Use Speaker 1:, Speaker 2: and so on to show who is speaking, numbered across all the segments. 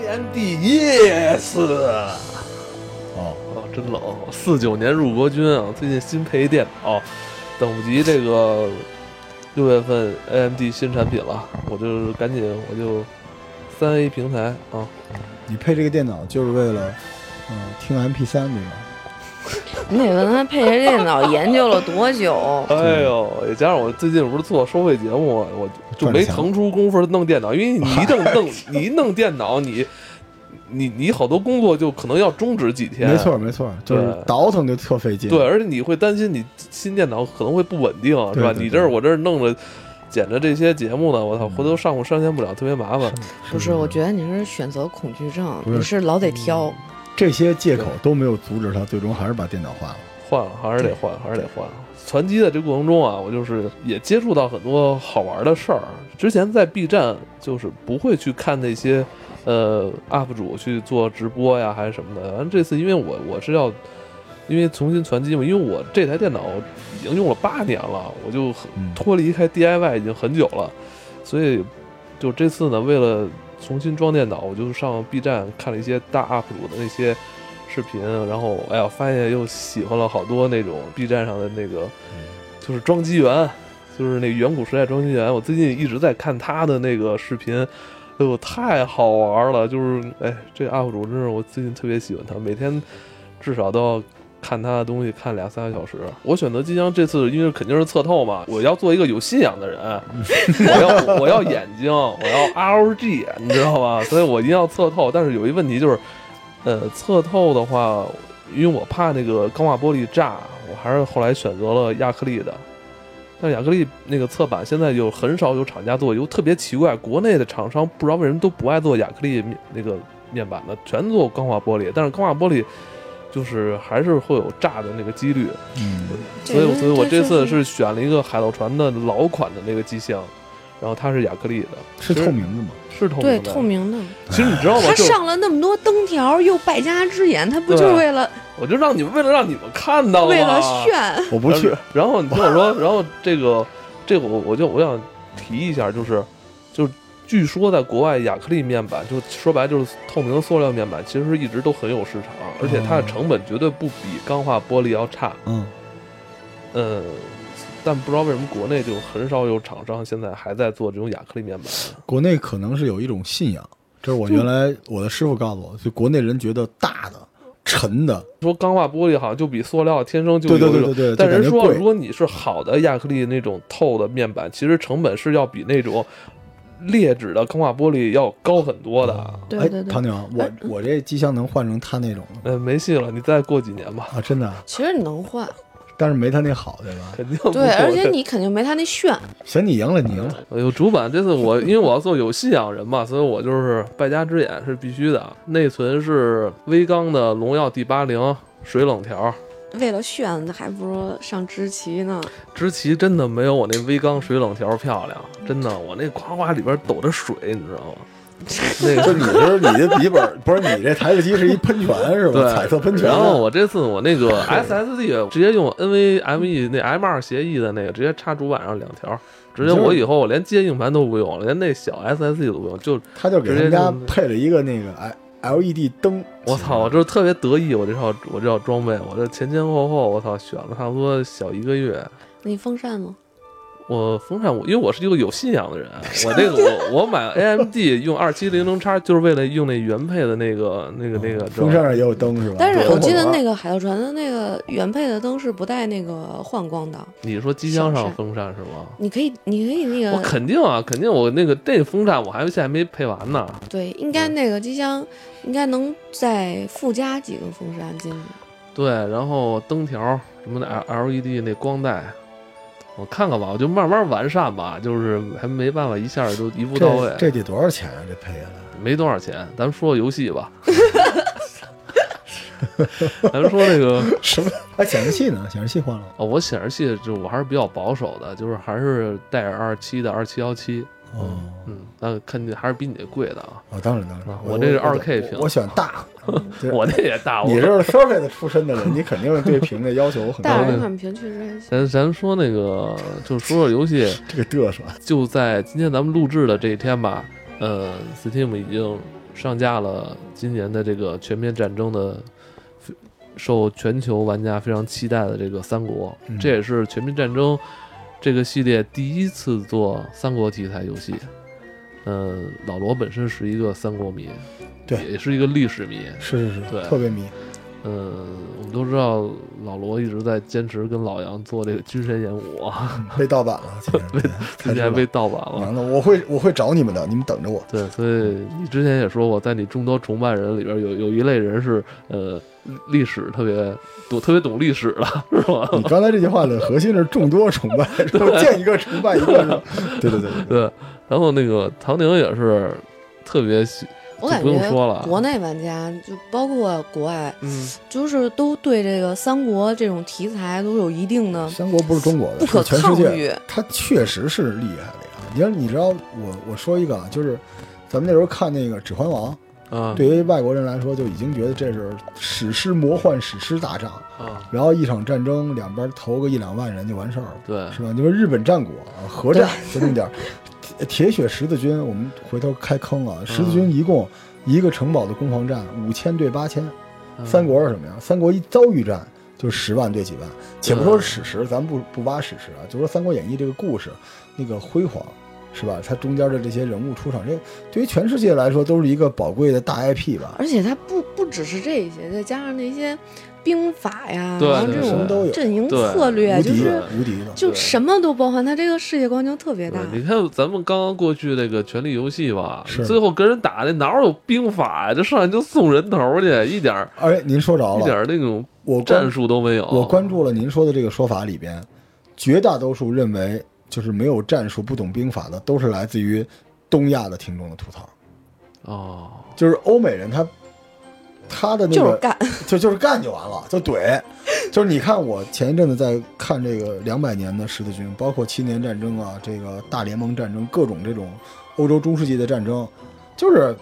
Speaker 1: 年第一次。
Speaker 2: 哦，
Speaker 1: E 哦，真冷！四九年入国军啊，最近新配一电脑，等不及这个六月份 AMD 新产品了，我就赶紧我就三 A 平台啊，
Speaker 2: 你配这个电脑就是为了，嗯，听 MP 三对吧？
Speaker 3: 美文他配着电脑 研究了多久？
Speaker 1: 哎呦，也加上我最近不是做收费节目嘛，我就没腾出功夫弄电脑，因为你 一弄弄你一弄电脑，你你你好多工作就可能要终止几天，
Speaker 2: 没错，没错，就是
Speaker 1: 对
Speaker 2: 倒腾就特费劲。
Speaker 1: 对，，而且你会担心你新电脑可能会不稳定，是吧？
Speaker 2: 对对嗯
Speaker 1: 你这儿我这儿弄着剪着这些节目呢，我操，回头上午上线不了，特别麻烦。
Speaker 3: 不是，我觉得你是选择恐惧症，
Speaker 2: 不是
Speaker 3: 你是老
Speaker 1: 嗯
Speaker 3: 得挑。
Speaker 2: 这些借口都没有阻止他，最终还是把电脑换了。
Speaker 1: 换了还是得换，还是得换。传奇在这过程中啊，我就是也接触到很多好玩的事儿。之前在 B 站就是不会去看那些呃 UP 主去做直播呀，还是什么的。完了这次因为我我是要因为重新传机嘛，因为我这台电脑已经用了八年了，我就很
Speaker 2: 嗯
Speaker 1: 脱离开 DIY 已经很久了，所以就这次呢，为了重新装电脑，我就上 B 站看了一些大 UP 主的那些视频，然后哎呀，发现又喜欢了好多那种 B 站上的那个，就是装机员，就是那远古时代装机员。我最近一直在看他的那个视频，哎呦，太好玩了！就是哎，这 UP 主真是我最近特别喜欢他，每天至少都要。看他的东西看俩三个小时，我选择金江这次，因为肯定是测透嘛，我要做一个有信仰的人，我要我要眼睛，我要 ROG，你知道吗？所以我一定要测透。但是有一问题就是，呃，测透的话，因为我怕那个钢化玻璃炸，我还是后来选择了亚克力的。但亚克力那个侧板现在有很少有厂家做，又特别奇怪，国内的厂商不知道为什么都不爱做亚克力面那个面板的，全做钢化玻璃。但是钢化玻璃就是还是会有炸的那个几率，
Speaker 2: 嗯，
Speaker 1: 所以，
Speaker 3: 对
Speaker 1: 所以我
Speaker 3: 对
Speaker 1: 这次
Speaker 3: 就是
Speaker 1: 选了一个海盗船的老款的那个机箱，然后它是亚克力的，
Speaker 2: 是
Speaker 1: 其实
Speaker 2: 透明的吗？
Speaker 1: 是透明
Speaker 3: 对
Speaker 1: 的
Speaker 3: 透。明的，
Speaker 1: 其实你知道吗？
Speaker 3: 他
Speaker 1: 就是
Speaker 3: 上了那么多灯条，又败家之眼，他
Speaker 1: 对
Speaker 3: 不
Speaker 1: 啊
Speaker 3: 就是为了
Speaker 1: 我就让你们为了让你们看到
Speaker 3: 为了
Speaker 1: 嘛
Speaker 3: 炫？
Speaker 2: 我不去。
Speaker 1: 然后你听我说， 然后这个这个我我就我想提一下，就是就是据说在国外亚克力面板，就说白了就是透明的塑料面板，其实一直都很有市场，而且它的成本绝对不比钢化玻璃要差。
Speaker 2: 嗯，
Speaker 1: 嗯，但不知道为什么国内就很少有厂商现在还在做这种亚克力面板。
Speaker 2: 国内可能是有一种信仰，这是我原来我的师傅告诉我，就国内人觉得大的、沉的，
Speaker 1: 说钢化玻璃好像就比塑料天生就有
Speaker 2: 对对
Speaker 1: 一
Speaker 2: 对
Speaker 1: 种
Speaker 2: 对对
Speaker 1: 但人
Speaker 2: 就感觉
Speaker 1: 说，啊
Speaker 2: 贵
Speaker 1: 如果你是好的亚克力那种透的面板，其实成本是要比那种劣质的钢化玻璃要高很多的。
Speaker 3: 对
Speaker 2: 哎
Speaker 3: 对，对
Speaker 2: 唐宁，我我这机箱能换成他那种的
Speaker 1: 嗯，没戏了，你再过几年吧，
Speaker 2: 啊，真的，
Speaker 3: 其实你能换，
Speaker 2: 但是没他那好，对吧？
Speaker 1: 肯定不
Speaker 3: 对，
Speaker 1: 过
Speaker 3: 而且
Speaker 1: 这
Speaker 3: 你肯定没他那炫。
Speaker 2: 行，你赢了，你赢了。
Speaker 1: 哎呦，主板这次我因为我要做有信仰人嘛，所以我就是败家之眼是必须的。内存是微刚的荣耀 D 八零水冷条，
Speaker 3: 为了炫，那还不如上知棋呢。
Speaker 1: 知棋真的没有我那微刚水冷条漂亮，真的，我那夸夸里边抖着水，你知道吗？ 那个
Speaker 2: 就你这你这笔记本不是你这台式机是一喷泉是吧？
Speaker 1: 对，
Speaker 2: 彩色喷泉。啊
Speaker 1: 然后我这次 我那个 SSD 直接用 NVMe 那 M 2协议的那个直接插主板上两条，直接
Speaker 2: 就是
Speaker 1: 我以后我连接硬盘都不用了，连那小 SSD 都不用，就
Speaker 2: 他就给他们家配了一个那个 L E D 灯。
Speaker 1: 我操，我就是特别得意我这套我这套装备，我这前前后后我操选了差不多小一个月。
Speaker 3: 你风扇吗？
Speaker 1: 我风扇，我因为我是一个有信仰的人，啊我这个我我买 AMD 用二七零零叉，就是为了用那原配的那个那个那个
Speaker 2: 嗯风扇上也有灯是吧？
Speaker 3: 但是我记得那
Speaker 2: 个
Speaker 3: 个海盗船的那个原配的灯是不带那个换光的，
Speaker 1: 你说机箱
Speaker 3: 小嗯
Speaker 1: 上
Speaker 3: 扇
Speaker 1: 风扇是吗？
Speaker 3: 你可以，你可以那
Speaker 1: 我
Speaker 3: 个，
Speaker 1: 肯定啊，肯定我那个这风扇我还现在没配完呢。
Speaker 3: 对，应
Speaker 1: 嗯
Speaker 3: 该那个机箱应该能再附加几个风扇进去。
Speaker 1: 对，然后灯条什么的 L E D 那光带，我看看吧，我就慢慢完善吧，就是还没办法一下就一步到位
Speaker 2: 这，这得多少钱啊？这配下来
Speaker 1: 没多少钱。咱们说游戏 吧， 咱们说那个
Speaker 2: 什么？哎，显示器呢？显示器换了吗。
Speaker 1: 哦，我显示器就我还是比较保守的，就是还是戴尔二七的二七幺七，
Speaker 2: 哦，
Speaker 1: 嗯，那肯定还是比你这贵的啊。
Speaker 2: 哦，当然当
Speaker 1: 啊
Speaker 2: 然，
Speaker 1: 我这是 2K
Speaker 2: 我
Speaker 1: 屏
Speaker 2: 我选 大。嗯就是
Speaker 1: 我那也大，我
Speaker 2: 你这是 Surface 出身的人，你肯定对屏的要求很
Speaker 3: 戴
Speaker 2: 高
Speaker 3: 尔。
Speaker 1: 对
Speaker 3: 那款屏确实还行。
Speaker 1: 咱咱说那个，就说说游戏。
Speaker 2: 这个嘚瑟，
Speaker 1: 就在今天咱们录制的这一天吧，呃，Steam 已经上架了今年的这个《全面战争》的，呃受全球玩家非常期待的这个《三国》
Speaker 2: 嗯
Speaker 1: 这也是《全面战争》这个系列第一次做三国题材游戏。嗯，老罗本身是一个三国迷，
Speaker 2: 对
Speaker 1: 也是一个历史迷。
Speaker 2: 是是
Speaker 1: 对
Speaker 2: 是，特别迷。
Speaker 1: 嗯，我们都知道老罗一直在坚持跟老杨做这个军神演 武啊，
Speaker 2: 嗯
Speaker 4: 被盗版了，
Speaker 2: 今天
Speaker 1: 今
Speaker 2: 开
Speaker 1: 年
Speaker 2: 始
Speaker 1: 被
Speaker 2: 吧
Speaker 1: 盗版了。
Speaker 4: 完了，我会我会找你们的，你们等着我。
Speaker 1: 对，所以你之前也说过，在你众多崇拜人里边有有一类人是呃历史特别懂，特别懂历史的，是 吧？
Speaker 4: 你刚才这句话的核心是众多崇 拜，是吧？见一个崇拜一个是吧， 对对对对，
Speaker 1: 对，然后那个唐宁也是特别喜，
Speaker 3: 我感
Speaker 1: 不用说
Speaker 3: 觉
Speaker 1: 了啊
Speaker 3: 国内玩家就包括国外，
Speaker 1: 嗯，
Speaker 3: 就是都对这个三国这种题材都有一定的
Speaker 4: 三国不是中国的，
Speaker 3: 不可
Speaker 4: 是全世
Speaker 3: 抗
Speaker 4: 界，
Speaker 3: 拒。
Speaker 4: 它确实是厉害的呀。你要你知道，我我说一个啊，就是咱们那时候看那个《指环王》，
Speaker 1: 啊，
Speaker 4: 对于外国人来说就已经觉得这是史诗魔幻、史诗大战，
Speaker 1: 啊，
Speaker 4: 然后一场战争两边投个一两万人就完事儿了。
Speaker 1: 对，
Speaker 4: 是吧？你说日本战国啊，核战就那么点儿，铁铁血十字军，我们回头开坑啊。十字军一共一个城堡的攻防战五千对八千，
Speaker 1: 嗯
Speaker 4: 三国是什么呀？三国一遭遇战就十万对几万，且不说史实，咱不不挖史实啊，就说《三国演义》这个故事，那个辉煌。是吧？它中间的这些人物出场，这对于全世界来说都是一个宝贵的大 IP 吧。
Speaker 3: 而且它不不只是这些，再加上那些兵法呀，
Speaker 1: 对
Speaker 3: 然后这
Speaker 1: 对
Speaker 4: 什么
Speaker 3: 种
Speaker 4: 都有，
Speaker 3: 阵营
Speaker 1: 对啊
Speaker 3: 策略，
Speaker 4: 无
Speaker 3: 就
Speaker 4: 敌
Speaker 3: 是
Speaker 4: 的，无敌的。
Speaker 3: 就
Speaker 1: 对
Speaker 3: 什么都包含，它这个世界观就特别大
Speaker 1: 对。你看咱们刚刚过去那个《权力游戏》吧，
Speaker 4: 是
Speaker 1: 最后跟人打那哪有兵法呀？这上来就送人头去，一点儿
Speaker 4: 而且您说着
Speaker 1: 一点
Speaker 4: 了，
Speaker 1: 儿那种
Speaker 4: 我关
Speaker 1: 战术都啊没有。
Speaker 4: 我关注了您说的这个说法里边，绝大多数认为就是没有战术、不懂兵法的，都是来自于东亚的听众的吐槽，
Speaker 1: 哦，
Speaker 4: 就是欧美人他他的那
Speaker 3: 就是
Speaker 4: 个
Speaker 3: 干，
Speaker 4: 就就是干就完了，就怼。就是你看，我前一阵子在看这个两百年的十字军，包括七年战争啊，这个大联盟战争，各种这种欧洲中世纪的战争，就是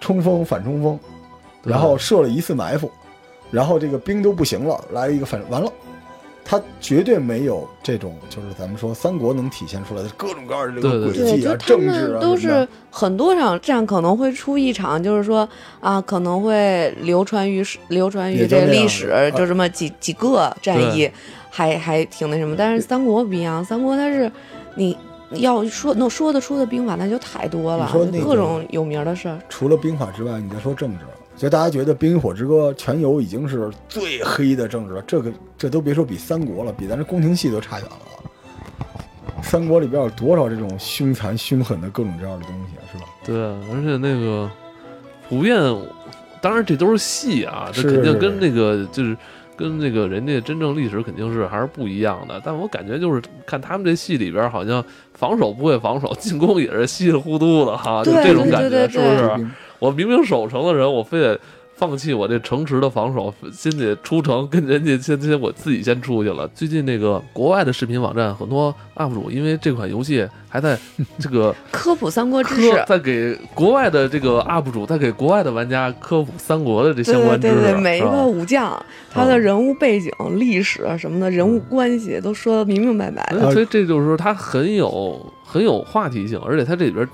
Speaker 4: 冲锋反冲锋，
Speaker 1: 对
Speaker 4: 然后设了一次埋伏，然后这个兵都不行了，来一个反完了。他绝对没有这种，就是咱们说三国能体现出来的各种各样的这个
Speaker 1: 对
Speaker 4: 诡
Speaker 1: 对
Speaker 3: 对，
Speaker 4: 计
Speaker 3: 就
Speaker 4: 啊、
Speaker 3: 是他
Speaker 4: 政治
Speaker 3: 们
Speaker 4: 啊，
Speaker 3: 都是很多场战可能会出一场，就是说啊，可能会流传于流传于
Speaker 4: 也就
Speaker 3: 这个
Speaker 4: 那
Speaker 3: 历
Speaker 4: 样
Speaker 3: 史
Speaker 4: 啊，
Speaker 3: 就这么几几个战役
Speaker 1: 对，
Speaker 3: 还还挺那什么。但是三国不一样，三国它是你要说能说得出的兵法那就太多了
Speaker 4: 你说那，
Speaker 3: 各
Speaker 4: 个
Speaker 3: 种有名的事儿。
Speaker 4: 除了兵法之外，你再说政治，就大家觉得《冰与火之歌》全游已经是最黑的政治了，这个这都别说比三国了，比咱这宫廷戏都差远了。三国里边有多少这种凶残、凶狠的各种各样的东西，啊是吧？
Speaker 1: 对，而且那个普遍，当然这都是戏啊，这
Speaker 4: 是
Speaker 1: 肯定
Speaker 4: 是
Speaker 1: 跟那个就是跟那个人家真正历史肯定是还是不一样的。但我感觉就是看他们这戏里边，好像防守不会防守，进攻也是稀里糊涂的哈，就
Speaker 3: 对
Speaker 1: 这种
Speaker 3: 对
Speaker 1: 感觉，
Speaker 3: 对对
Speaker 1: 是不
Speaker 4: 追
Speaker 1: 是？
Speaker 4: 兵
Speaker 1: 我明明守城的人，我非得。放弃我这城池的防守，先得出城，跟人家先先我自己先出去了。最近那个国外的视频网站，很多 UP 主因为这款游戏还在这个
Speaker 3: 科普三国知
Speaker 1: 科
Speaker 3: 识，
Speaker 1: 在给国外的这个 UP 主，在给国外的玩家科普三国的这
Speaker 3: 对
Speaker 1: 相
Speaker 3: 对
Speaker 1: 关知识，
Speaker 3: 对对，每一
Speaker 1: 是吧
Speaker 3: 个武将他的
Speaker 1: 嗯
Speaker 3: 人物背景、历史啊什么的，人物关系都说的明明白白的。
Speaker 4: 呃
Speaker 1: 嗯所以这就是说它很有很有话题性，而且它这里边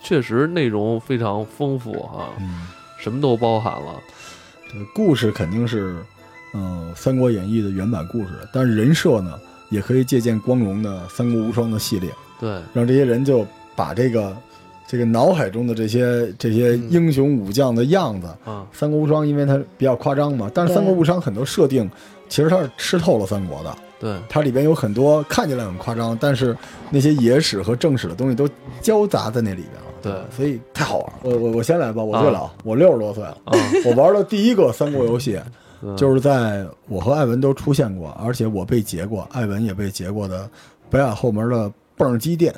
Speaker 1: 确实内容非常丰富哈、
Speaker 4: 嗯，
Speaker 1: 什么都包含了。
Speaker 4: 这个故事肯定是，嗯、呃，《三国演义》的原版故事，但是人设呢，也可以借鉴光荣的《三国无双》的系列，
Speaker 1: 对，
Speaker 4: 让这些人就把这个这个脑海中的这些这些
Speaker 1: 嗯
Speaker 4: 英雄武将的样子。
Speaker 1: 啊，
Speaker 4: 三国无双因为它比较夸张嘛，但是
Speaker 3: 对
Speaker 4: 三国无双很多设定其实它是吃透了三国的，
Speaker 1: 对，啊
Speaker 4: 它里边有很多看起来很夸张，但是那些野史和正史的东西都交杂在那里边了。
Speaker 1: 对
Speaker 4: 所以太好玩了。我我我先来吧，我
Speaker 1: 啊
Speaker 4: 最老，我六十多岁了。
Speaker 1: 啊，
Speaker 4: 我玩的第一个三国游戏，
Speaker 1: 嗯
Speaker 4: 就是在我和艾文都出现过，而且我被劫过，艾文也被劫过的北海后门的蹦机店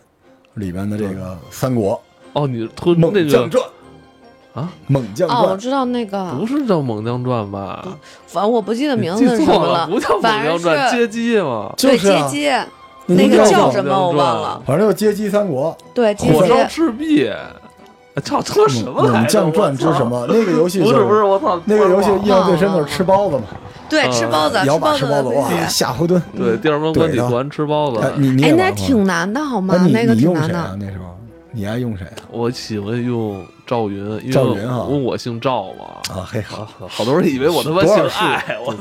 Speaker 4: 里边的这个三国
Speaker 1: 哦，你吞
Speaker 4: 猛
Speaker 1: 那
Speaker 4: 将
Speaker 1: 个
Speaker 4: 传
Speaker 1: 啊，
Speaker 4: 猛将
Speaker 3: 哦，我
Speaker 4: 传
Speaker 3: 知道那个，
Speaker 1: 不是叫《猛将传》吧？
Speaker 3: 反正我不记得名
Speaker 1: 记
Speaker 3: 字是什
Speaker 1: 错
Speaker 3: 么
Speaker 1: 了，不叫《猛
Speaker 3: 反
Speaker 1: 将
Speaker 3: 正
Speaker 1: 传》，
Speaker 3: 是
Speaker 1: 街机嘛，
Speaker 4: 就
Speaker 3: 对
Speaker 4: 是啊
Speaker 3: 街，机，
Speaker 4: 你
Speaker 3: 那
Speaker 4: 知道
Speaker 3: 个
Speaker 4: 吗
Speaker 3: 叫什么我
Speaker 1: 对
Speaker 3: 忘了。
Speaker 4: 反正就街机三国，
Speaker 3: 对街
Speaker 1: 啊火烧
Speaker 3: 机，
Speaker 1: 赤壁，操，这什么来着？
Speaker 4: 猛嗯将传
Speaker 1: 我
Speaker 4: 之
Speaker 1: 操
Speaker 4: 什？么？那个游戏
Speaker 1: 不
Speaker 4: 就是
Speaker 1: 不是，我操，
Speaker 4: 那个游戏印象最深
Speaker 3: 忘
Speaker 4: 的
Speaker 3: 了
Speaker 4: 是吃包子嘛，
Speaker 3: 对吃包子，
Speaker 4: 摇把
Speaker 3: 嗯包
Speaker 4: 吃
Speaker 3: 子
Speaker 4: 包
Speaker 3: 的
Speaker 4: 子，
Speaker 3: 东西
Speaker 4: 哇，。下回蹲，
Speaker 1: 嗯对，第二门关
Speaker 4: 对
Speaker 1: 底
Speaker 4: 然后
Speaker 1: 团吃包子
Speaker 4: 哎，你你
Speaker 3: 哎
Speaker 4: 也，玩
Speaker 3: 那
Speaker 4: 过
Speaker 3: 挺难的好吗
Speaker 4: 哎？你
Speaker 3: 那个
Speaker 4: 你
Speaker 3: 挺
Speaker 4: 用
Speaker 3: 难
Speaker 4: 谁啊
Speaker 3: 的。
Speaker 4: 那时候？你爱用谁啊？
Speaker 1: 我喜欢用赵云，因为
Speaker 4: 赵云啊
Speaker 1: 我我姓赵嘛。
Speaker 4: 啊，嘿，
Speaker 1: 啊，好多人以为我他妈
Speaker 4: 多
Speaker 1: 姓
Speaker 4: 少世
Speaker 1: 艾，我操！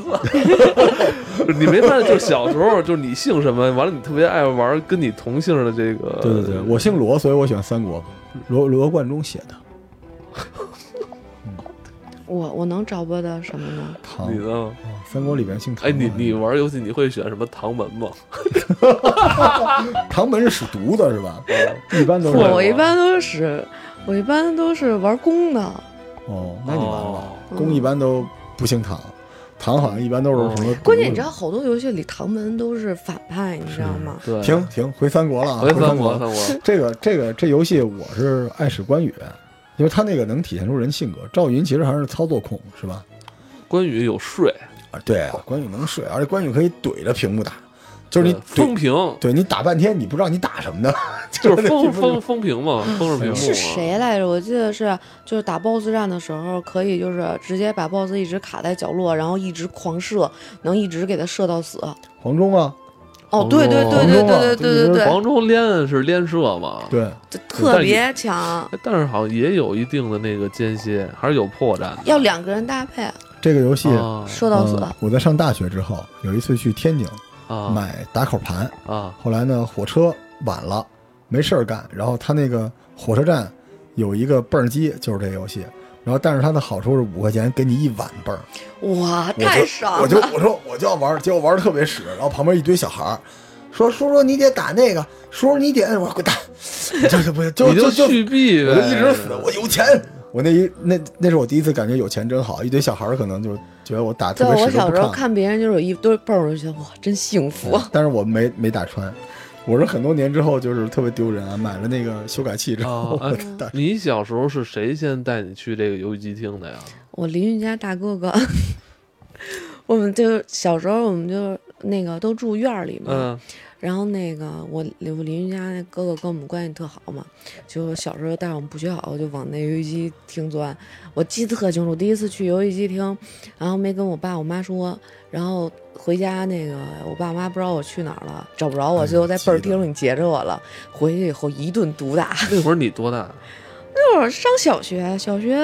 Speaker 1: 你没发现，就是小时候，就是你姓什么，完了你特别爱玩跟你同姓的这个。
Speaker 4: 对对对，我姓罗，所以我喜欢三国。罗罗贯中写的，
Speaker 3: 我我能找不到什么呢？
Speaker 4: 唐
Speaker 1: 你呢？
Speaker 4: 啊三国里边姓唐
Speaker 1: 哎，
Speaker 4: 的。
Speaker 1: 你你玩游戏你会选什么唐门吗？
Speaker 4: 唐门是属犊子是吧？
Speaker 1: 呃
Speaker 4: 一般都是
Speaker 1: 对我
Speaker 3: 我一般都是，我一般都是玩弓的。
Speaker 4: 哦，那你完了
Speaker 1: 哦，
Speaker 4: 公一般都不姓唐，唐好像一般都是什么？
Speaker 3: 嗯关键你知道，好多游戏里唐门都是反派，你知道吗？
Speaker 1: 对，
Speaker 4: 停停，回三国了啊，
Speaker 1: 回三国，
Speaker 4: 国
Speaker 1: 三国。
Speaker 4: 这个这个这游戏我是爱使关羽，因为他那个能体现出人性格。赵云其实还是操作控，是吧？
Speaker 1: 关羽有税，
Speaker 4: 啊，对啊，关羽能睡，而且关羽可以怼着屏幕打， 就是你
Speaker 1: 对风
Speaker 4: 怼，
Speaker 1: 平，
Speaker 4: 对你打半天，你不知道你 打什么的，
Speaker 1: 就是
Speaker 4: 那
Speaker 1: 风
Speaker 4: 屏幕
Speaker 1: 风风平嘛，封着屏幕嘛。
Speaker 3: 是谁啊来着？我记得是就是打 BOSS 战的时候，可以就是直接把 BOSS 一直卡在角落，然后一直狂射，能一直给他射到死。
Speaker 4: 黄忠啊，
Speaker 3: 哦，对对对对对对对对对，
Speaker 1: 黄忠连是连射嘛？。
Speaker 4: 对，
Speaker 3: 就特别强，
Speaker 1: 但是好像也有一定的那个间歇，还是有破绽的。
Speaker 3: 要两个人搭配
Speaker 4: 这个游戏。
Speaker 1: 啊
Speaker 3: 射到死。
Speaker 4: 呃我在上大学之后，有一次去天津
Speaker 1: 啊
Speaker 4: 买打口盘，
Speaker 1: 啊！
Speaker 4: 后来呢，火车晚了，没事儿干。然后他那个火车站有一个蹦儿机，就是这个游戏。然后，但是它的好处是五块钱给你一碗蹦儿，嗯
Speaker 3: 哇，
Speaker 4: 我就
Speaker 3: 太爽
Speaker 4: 我就
Speaker 3: 了！
Speaker 4: 我说我就要玩儿，结果玩的特别屎。然后旁边一堆小孩儿说：“叔叔你得打那个，叔叔你得……我说滚蛋！” 就是不是就
Speaker 1: 你
Speaker 4: 就就
Speaker 1: 续币呗，
Speaker 4: 我就一直死，我有钱。我那一那那是我第一次感觉有钱真好，一堆小孩儿可能就觉得我打特
Speaker 3: 对，
Speaker 4: 别
Speaker 3: 我
Speaker 4: 屎都
Speaker 3: 小
Speaker 4: 不
Speaker 3: 时候
Speaker 4: 看
Speaker 3: 看别人就是有一堆蹦儿，我就觉得哇，真幸福。
Speaker 4: 但是我没没打穿。我是很多年之后就是特别丢人啊，买了那个修改器之
Speaker 1: 哦
Speaker 4: 后，
Speaker 1: 哎
Speaker 4: 我打
Speaker 1: 你小时候是谁先带你去这个游戏机厅的呀？
Speaker 3: 我邻居家大哥哥， 我们就小时候我们就那个都住院儿里嘛，
Speaker 1: 嗯，
Speaker 3: 然后那个我我邻居家那哥哥跟我们关系特好嘛，就小时候带我们不学好，就往那游戏机厅钻。我记得特清楚，第一次去游戏机厅，然后没跟我爸我妈说，然后回家那个我爸妈不知道我去哪儿了，找不着我，最后在
Speaker 4: 记
Speaker 3: 倍儿
Speaker 4: 得
Speaker 3: 厅里截着我了。回去以后一顿毒打，
Speaker 1: 那会儿你多大？
Speaker 3: 就是上小学，小学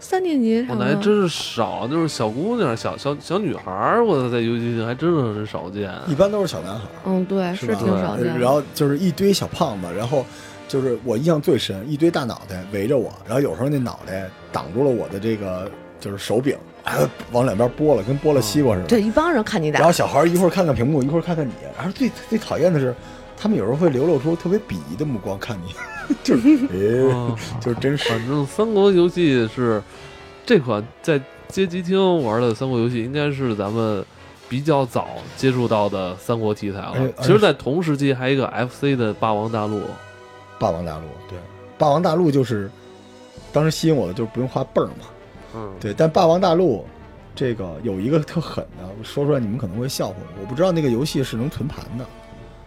Speaker 3: 三年级
Speaker 1: 我
Speaker 3: 上
Speaker 1: 那还
Speaker 3: 的。
Speaker 1: 真是少，就是小姑娘、小小小女孩儿，我在游戏机厅还真的很少见。
Speaker 4: 一般都是小男孩儿，
Speaker 3: 嗯，对，
Speaker 4: 是
Speaker 3: 是
Speaker 4: 吧呃
Speaker 3: 挺少见的。
Speaker 4: 然后就是一堆小胖子，然后就是我印象最深，一堆大脑袋围着我，然后有时候那脑袋挡住了我的这个就是手柄，哎，往两边拨了，跟拨了西瓜似的。
Speaker 3: 哦对，一帮人看你
Speaker 4: 然
Speaker 3: 打
Speaker 4: 后，小孩儿一会儿看看屏幕，一会儿看看你，然后最最讨厌的是，他们有时候会流露出特别鄙夷的目光看你， 就是，哎，
Speaker 1: 嗯
Speaker 4: 就是真是。
Speaker 1: 反正三国游戏是这款在街机厅玩的三国游戏，应该是咱们比较早接触到的三国题材了
Speaker 4: 而且。
Speaker 1: 其实，在同时期还有一个 FC 的《霸王大陆》，
Speaker 4: 霸王大陆，对，霸王大陆就是当时吸引我的就是不用花泵儿嘛，
Speaker 1: 嗯，
Speaker 4: 对，但霸王大陆这个有一个特狠的，说出来你们可能会笑话我，我不知道那个游戏是能存盘的，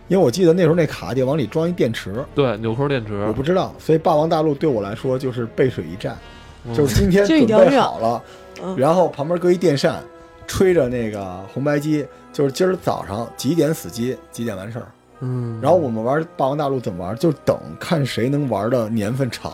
Speaker 4: 因为我记得那时候那卡得往里装一电池，
Speaker 1: 对，纽扣电池，
Speaker 4: 我不知道，所以霸王大陆对我来说就是背水一战，
Speaker 1: 嗯
Speaker 4: 就是今天
Speaker 3: 就一
Speaker 4: 准
Speaker 3: 条
Speaker 4: 备
Speaker 3: 命
Speaker 4: 好了，
Speaker 3: 嗯
Speaker 4: 然后旁边搁一电扇，吹着那个红白机，就是今儿早上几点死机，几点完事儿。
Speaker 1: 嗯，
Speaker 4: 然后我们玩《霸王大陆》怎么玩？就等看谁能玩的年份长，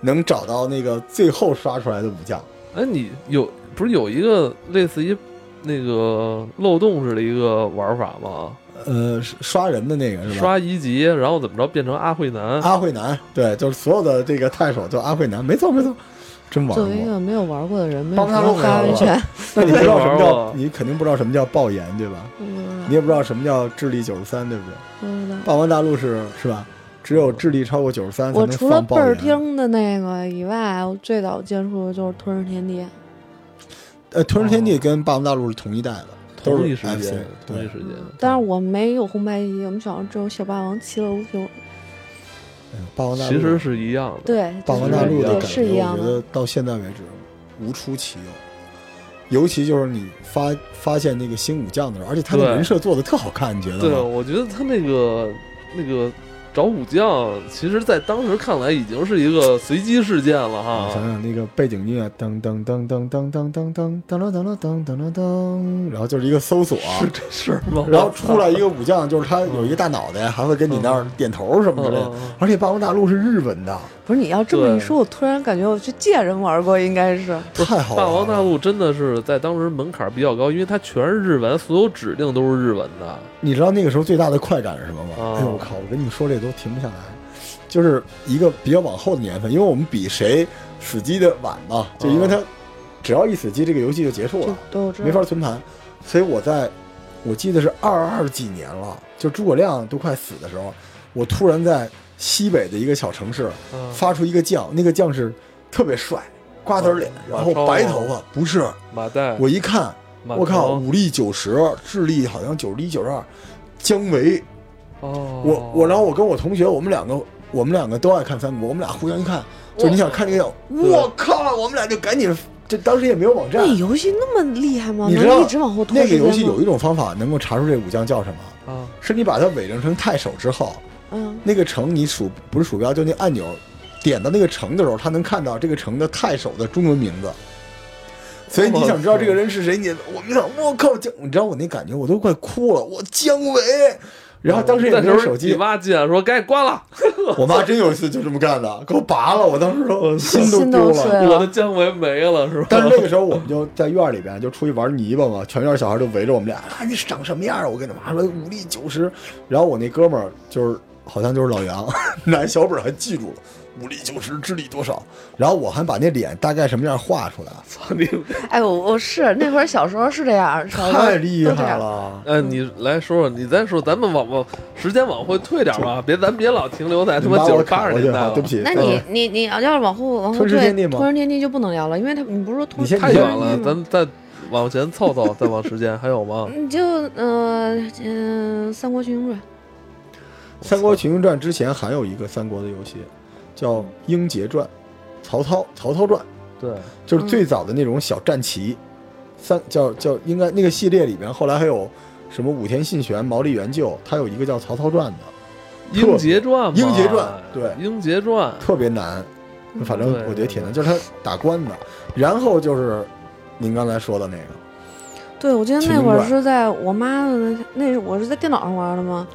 Speaker 4: 能找到那个最后刷出来的武将。
Speaker 1: 哎，你有不是有一个类似于那个漏洞似的一个玩法吗？
Speaker 4: 呃，是刷人的那个是吧？啊
Speaker 1: 刷一级，然后怎么着变成阿慧男？
Speaker 4: 阿慧男，对，就是所有的这个太守叫阿慧男，没错没错，真玩
Speaker 3: 作为一
Speaker 4: 过。
Speaker 3: 个没有玩过的人，没
Speaker 4: 霸
Speaker 3: 有
Speaker 4: 王
Speaker 3: 什
Speaker 4: 大陆
Speaker 3: 么发
Speaker 4: 没
Speaker 3: 言
Speaker 4: 玩
Speaker 3: 权。
Speaker 4: 那你不知道什
Speaker 1: 玩
Speaker 4: 么
Speaker 1: 过
Speaker 4: 叫，你肯定不知道什么叫爆炎，对吧？
Speaker 3: 嗯
Speaker 4: 你也不知道什么叫智力九十三，对不对？
Speaker 3: 不知道
Speaker 4: 霸王大陆是是吧？只有智力超过九十三才
Speaker 3: 我
Speaker 4: 能
Speaker 3: 除了
Speaker 4: 放
Speaker 3: 倍
Speaker 4: 爆
Speaker 3: 儿
Speaker 4: 炎。
Speaker 3: 厅的那个以外，我最早接触的就是《吞食天地》。
Speaker 4: 呃，吞食天地跟霸王大陆是同一代的，都
Speaker 1: 哦同
Speaker 4: 是
Speaker 1: 一时
Speaker 4: FC
Speaker 1: 间，同一
Speaker 4: 对，
Speaker 1: 时间。
Speaker 3: 但是我没有红白机，我们小时候只有小霸王、其乐无穷。
Speaker 4: 嗯霸王大陆
Speaker 1: 其实是一样的，
Speaker 3: 对，
Speaker 4: 霸王大陆的
Speaker 3: 对
Speaker 4: 感
Speaker 3: 是
Speaker 4: 觉，
Speaker 3: 一样
Speaker 4: 我觉得
Speaker 3: 的。
Speaker 4: 到现在为止无出其右。尤其就是你发发现那个新武将的时候，而且他的
Speaker 1: 对
Speaker 4: 啊人设做的特好看，你觉得
Speaker 1: 对，
Speaker 4: 吗？
Speaker 1: 我觉得他那个那个找武将，其实在当时看来已经是一个随机事件了
Speaker 4: 你想
Speaker 1: 哈。
Speaker 4: 想那个背景音乐，噔噔噔噔噔噔噔噔噔噔噔噔噔噔，然后 就是一个搜索，啊
Speaker 1: 是吗？
Speaker 4: 然后出
Speaker 1: 嗯
Speaker 4: 来一个武将，就是他有一个大脑袋，还会跟你那儿点头什么之类的
Speaker 1: 嗯嗯嗯。
Speaker 4: 而且《霸王大陆》是日本的，
Speaker 3: 不是你要这么
Speaker 1: 对
Speaker 3: 一说，我突然感觉我去借人玩过，应该是
Speaker 4: 太好玩了。
Speaker 1: 霸王大陆真的是在当时门槛比较高，因为它全是日文，所有指令都是日文的。
Speaker 4: 你知道那个时候最大的快感是什么吗？
Speaker 1: 啊
Speaker 4: 哎呦我靠！我跟你说这都停不下来，就是一个比较往后的年份，因为我们比谁死机的晚嘛，就因为它只要一死机，这个游戏就结束
Speaker 3: 就
Speaker 4: 了，
Speaker 3: 都知道
Speaker 4: 没法存盘。所以我在我记得是二二几年了，就诸葛亮都快死的时候，我突然在西北的一个小城市
Speaker 1: 嗯
Speaker 4: 发出一个将，那个将是特别帅，瓜子脸，
Speaker 1: 马
Speaker 4: 然后
Speaker 1: 超
Speaker 4: 白
Speaker 1: 吗
Speaker 4: 头发，不是
Speaker 1: 马代，
Speaker 4: 我一看。
Speaker 1: 马
Speaker 4: 我靠，
Speaker 1: 超
Speaker 4: 武力九十，智力好像九十一、九十二，姜维，
Speaker 1: 哦，
Speaker 4: 我我，然后我跟我同学，我们两个，我们两个都爱看三国，我们俩互相一看，就是你想看这个，我靠，我们俩就赶紧，这当时也没有网站
Speaker 3: 那，游戏那么厉害吗？
Speaker 4: 你知
Speaker 3: 能
Speaker 4: 道
Speaker 3: 一直往后拖
Speaker 4: 那
Speaker 3: 时
Speaker 4: 个
Speaker 3: 间
Speaker 4: 游戏
Speaker 3: 吗
Speaker 4: 有一种方法能够查出这武将叫什么，
Speaker 1: 啊，
Speaker 4: 是你把它伪装成太守之后，
Speaker 3: 嗯，
Speaker 4: 那个城你鼠不是鼠标，就那按钮，点到那个城的时候，他能看到这个城的太守的中文名字。所以你想知道这个人是谁？你我们想，我靠，姜，你知道我那感觉，我都快哭了，我姜维。然后当时也
Speaker 1: 那
Speaker 4: 没
Speaker 1: 时候
Speaker 4: 有手
Speaker 1: 你
Speaker 4: 机，
Speaker 1: 妈进来说该关了，
Speaker 4: 我妈真有一次就这么干的，给我拔了。我当时说心都
Speaker 3: 心
Speaker 4: 丢
Speaker 3: 都
Speaker 4: 了
Speaker 3: 碎。了
Speaker 1: 我的姜维没了是吧？
Speaker 4: 但是那个时候我们就在院里边就出去玩泥巴嘛，全院小孩就围着我们俩，啊，你长什么样啊？我跟你妈说武力九十，然后我那哥们儿就是好像就是老杨， 拿小本儿还记住了。武力九十，智力多少？然后我还把那脸大概什么样画 出来，
Speaker 1: 操你！
Speaker 3: 哎，我我是那会儿小时候是这样，小时候
Speaker 4: 太厉
Speaker 3: 都这
Speaker 4: 害
Speaker 3: 样。
Speaker 4: 了！
Speaker 1: 哎，你来说说，你再说，咱们往往时间往回退点吧，别咱别老停留在他
Speaker 4: 你
Speaker 1: 妈
Speaker 4: 把
Speaker 1: 九
Speaker 4: 我
Speaker 1: 十八
Speaker 4: 砍
Speaker 1: 十
Speaker 4: 过去
Speaker 1: 年代
Speaker 4: 啊，
Speaker 1: 了。
Speaker 4: 对不，起。
Speaker 3: 那你你你要要是往后往后
Speaker 4: 吞噬
Speaker 3: 退，
Speaker 4: 天地吗
Speaker 3: 吞噬天地就不能聊了，因为他你不是说吞
Speaker 4: 你先
Speaker 1: 太远
Speaker 4: 你
Speaker 1: 了，
Speaker 3: 吗
Speaker 1: 咱们再往前凑凑，再往时间还有吗？
Speaker 3: 你嗯就呃嗯、三国群英传》
Speaker 4: 《三国群英传》之前还有一个三国的游戏，叫《英杰传》，曹操曹操传。
Speaker 1: 对，
Speaker 4: 就是最
Speaker 3: 嗯
Speaker 4: 早的那种小战旗，三叫叫应该那个系列里边，后来还有什么武田信玄、毛利元就，他有一个叫《曹操传》的，
Speaker 1: 《英杰传》嘛，
Speaker 4: 英杰传对
Speaker 1: 《英杰传》
Speaker 4: 特别难，
Speaker 3: 嗯
Speaker 4: 反正
Speaker 1: 对
Speaker 4: 我觉得挺难，就是他打关的。然后就是您刚才说的那个，
Speaker 3: 对，我记得
Speaker 4: 群
Speaker 3: 那
Speaker 4: 英
Speaker 3: 会儿
Speaker 4: 传
Speaker 3: 是在我妈的那那是我是在电脑上玩的嘛，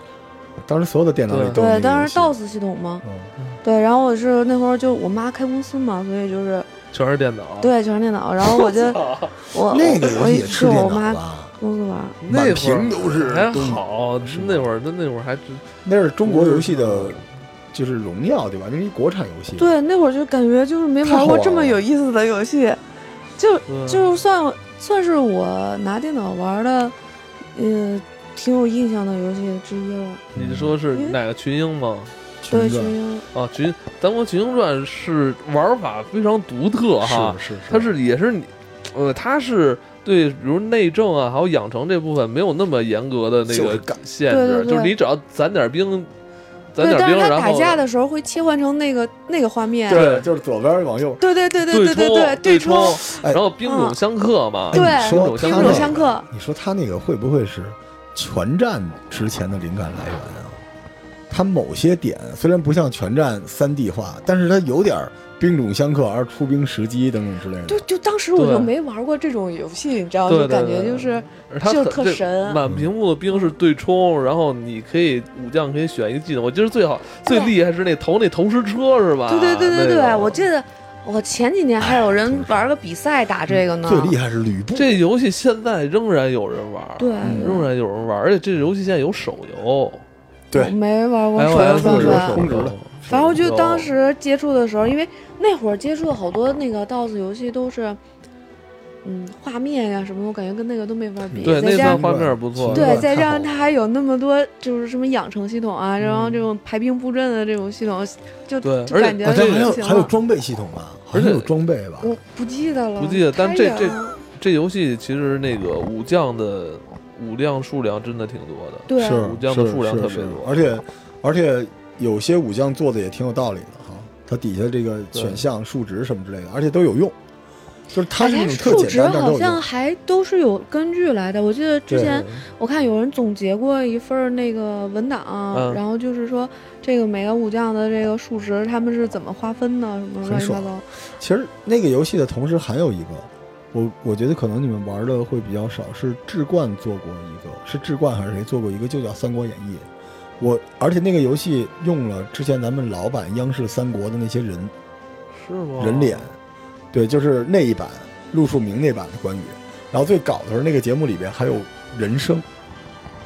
Speaker 4: 当时所有的电脑里都有那
Speaker 3: 对，
Speaker 4: 个
Speaker 3: 当
Speaker 4: 游
Speaker 3: 时
Speaker 4: 戏
Speaker 3: DOS 系统嘛，
Speaker 4: 嗯，
Speaker 3: 对，然后我是那会儿就我妈开公司嘛，所以
Speaker 4: 哦
Speaker 3: 就是
Speaker 1: 全是电脑。
Speaker 3: 对全是电脑，然后我就我
Speaker 4: 那个游
Speaker 3: 我
Speaker 4: 戏
Speaker 3: 一
Speaker 4: 也吃
Speaker 3: 去
Speaker 4: 电
Speaker 3: 我
Speaker 4: 脑
Speaker 3: 妈
Speaker 4: 吧？
Speaker 3: 公司玩儿，
Speaker 1: 那
Speaker 4: 满
Speaker 1: 会
Speaker 4: 屏
Speaker 1: 儿
Speaker 4: 都是
Speaker 1: 还
Speaker 4: 东西
Speaker 1: 好，那会儿那那会儿还只
Speaker 4: 那是中
Speaker 3: 嗯
Speaker 4: 国游戏的，就是荣耀对吧？那是一国产游戏，，
Speaker 3: 对，那会儿就感觉就是没
Speaker 4: 太好
Speaker 3: 玩过
Speaker 4: 玩
Speaker 3: 这么
Speaker 4: 了
Speaker 3: 有意思的游戏，就
Speaker 1: 对
Speaker 3: 就算算是我拿电脑玩的，呃，挺有印象的游戏之一了。
Speaker 1: 你说是哪个群英吗？
Speaker 4: 群
Speaker 3: 对，
Speaker 4: 英
Speaker 3: 群
Speaker 4: 传
Speaker 3: 英，
Speaker 1: 啊，群《三国群英传》是玩法非常独特哈，
Speaker 4: 是是是，
Speaker 1: 它啊是也是你，呃，它是对，比如内政啊，还有养成这部分没有那么严格的那
Speaker 4: 就
Speaker 1: 个
Speaker 4: 是干
Speaker 1: 限
Speaker 3: 对
Speaker 1: 制，
Speaker 3: 对对
Speaker 1: 就是你只要攒点兵，攒
Speaker 3: 对，
Speaker 1: 点
Speaker 3: 但
Speaker 1: 兵，
Speaker 3: 是它
Speaker 1: 然
Speaker 3: 打
Speaker 1: 后
Speaker 3: 架的时候会切换成那个那个画面。
Speaker 4: 对，就是左边往右。
Speaker 3: 对对对对对
Speaker 1: 对
Speaker 3: 对
Speaker 1: 冲
Speaker 3: 对
Speaker 1: 冲嗯
Speaker 3: 冲，，
Speaker 4: 哎
Speaker 1: 然后兵种
Speaker 3: 嗯
Speaker 1: 相克嘛，
Speaker 3: 对
Speaker 4: 哎你说
Speaker 1: 兵种相克
Speaker 4: 他那
Speaker 3: 兵种
Speaker 4: 个
Speaker 3: 相克。
Speaker 4: 你说他那个会不会是全战之前的灵感来源啊？他某些点虽然不像全战三 D 化，但是他有点儿兵种相克，而出兵时机等等之类的。嗯
Speaker 3: 就就当时我
Speaker 1: 对
Speaker 3: 就没玩过这种游戏，你知道，
Speaker 1: 对
Speaker 3: 就
Speaker 1: 对
Speaker 3: 感
Speaker 1: 对
Speaker 3: 觉
Speaker 1: 对
Speaker 3: 就是
Speaker 1: 而它
Speaker 3: 就
Speaker 1: 很
Speaker 3: 特
Speaker 1: 这
Speaker 3: 神啊
Speaker 1: 满屏幕的兵是对冲，然后你可以武将可以选一个技能，我记得最好最厉害是那投那投石车是吧？
Speaker 3: 哎对对对对
Speaker 1: 啊那个
Speaker 3: 对，我记得我前几年还有人玩个比赛打这个呢。
Speaker 4: 最厉害是吕布，
Speaker 1: 这游戏现在仍然有人玩，
Speaker 3: 对
Speaker 1: 仍然有人玩，而且这游戏现在有手 游，
Speaker 4: 对
Speaker 3: 我没玩过手游
Speaker 1: ，iOS
Speaker 4: 充
Speaker 3: 版
Speaker 4: 值手。
Speaker 3: 本
Speaker 4: 游充值的
Speaker 3: 反正我就当时接触的时候，因为那会儿接触的好多那个 DOS 游戏都是，嗯，画面呀、什么，我感觉跟那个都没法比。
Speaker 1: 对
Speaker 3: 再
Speaker 1: 那
Speaker 3: 加
Speaker 1: 段
Speaker 3: 上
Speaker 1: 画面不错，
Speaker 3: 对，再
Speaker 4: 太
Speaker 3: 加
Speaker 4: 好
Speaker 3: 上它还有那么多就是什么养成系统啊，然后
Speaker 1: 嗯
Speaker 3: 这种排兵布阵的这种系统，就
Speaker 1: 对
Speaker 3: 就
Speaker 1: 而且
Speaker 3: 感觉
Speaker 4: 好像啊还有
Speaker 3: 不行
Speaker 4: 还有
Speaker 3: 了
Speaker 4: 装备系统吧？好
Speaker 1: 而
Speaker 4: 像
Speaker 1: 且
Speaker 4: 有装备吧？
Speaker 3: 我不记得了，
Speaker 1: 不记得但
Speaker 3: 太
Speaker 1: 这
Speaker 3: 远
Speaker 1: 这
Speaker 3: 了
Speaker 1: 这游戏其实那个武将的武量数量真的挺多的，
Speaker 3: 对
Speaker 4: 是
Speaker 1: 武将的数量特别多
Speaker 4: 是是是而且而且有些武将做的也挺有道理的哈，它底下这个选项、数值什么之类的，而且都有用。就是它是
Speaker 3: 哎
Speaker 4: 那种特
Speaker 3: 它数
Speaker 4: 简
Speaker 3: 值
Speaker 4: 单，但是
Speaker 3: 好
Speaker 4: 都有
Speaker 3: 像
Speaker 4: 用。
Speaker 3: 还都是有根据来的。我记得之
Speaker 4: 对
Speaker 3: 前我看有人总结过一份儿那个文档，
Speaker 1: 嗯
Speaker 3: 然后就是说这个每个武将的这个数值他们是怎么划分的，什么乱七八
Speaker 4: 很
Speaker 3: 糟。
Speaker 4: 其实那个游戏的同时还有一个，我我觉得可能你们玩的会比较少，是志冠做过一个，是志冠还是谁做过一个，就叫《三国演义》。我而且那个游戏用了之前咱们老版央视三国的那些人
Speaker 1: 是吗？
Speaker 4: 人脸，对，就是那一版陆树铭那版的关羽。然后最搞的是那个节目里边还有人声，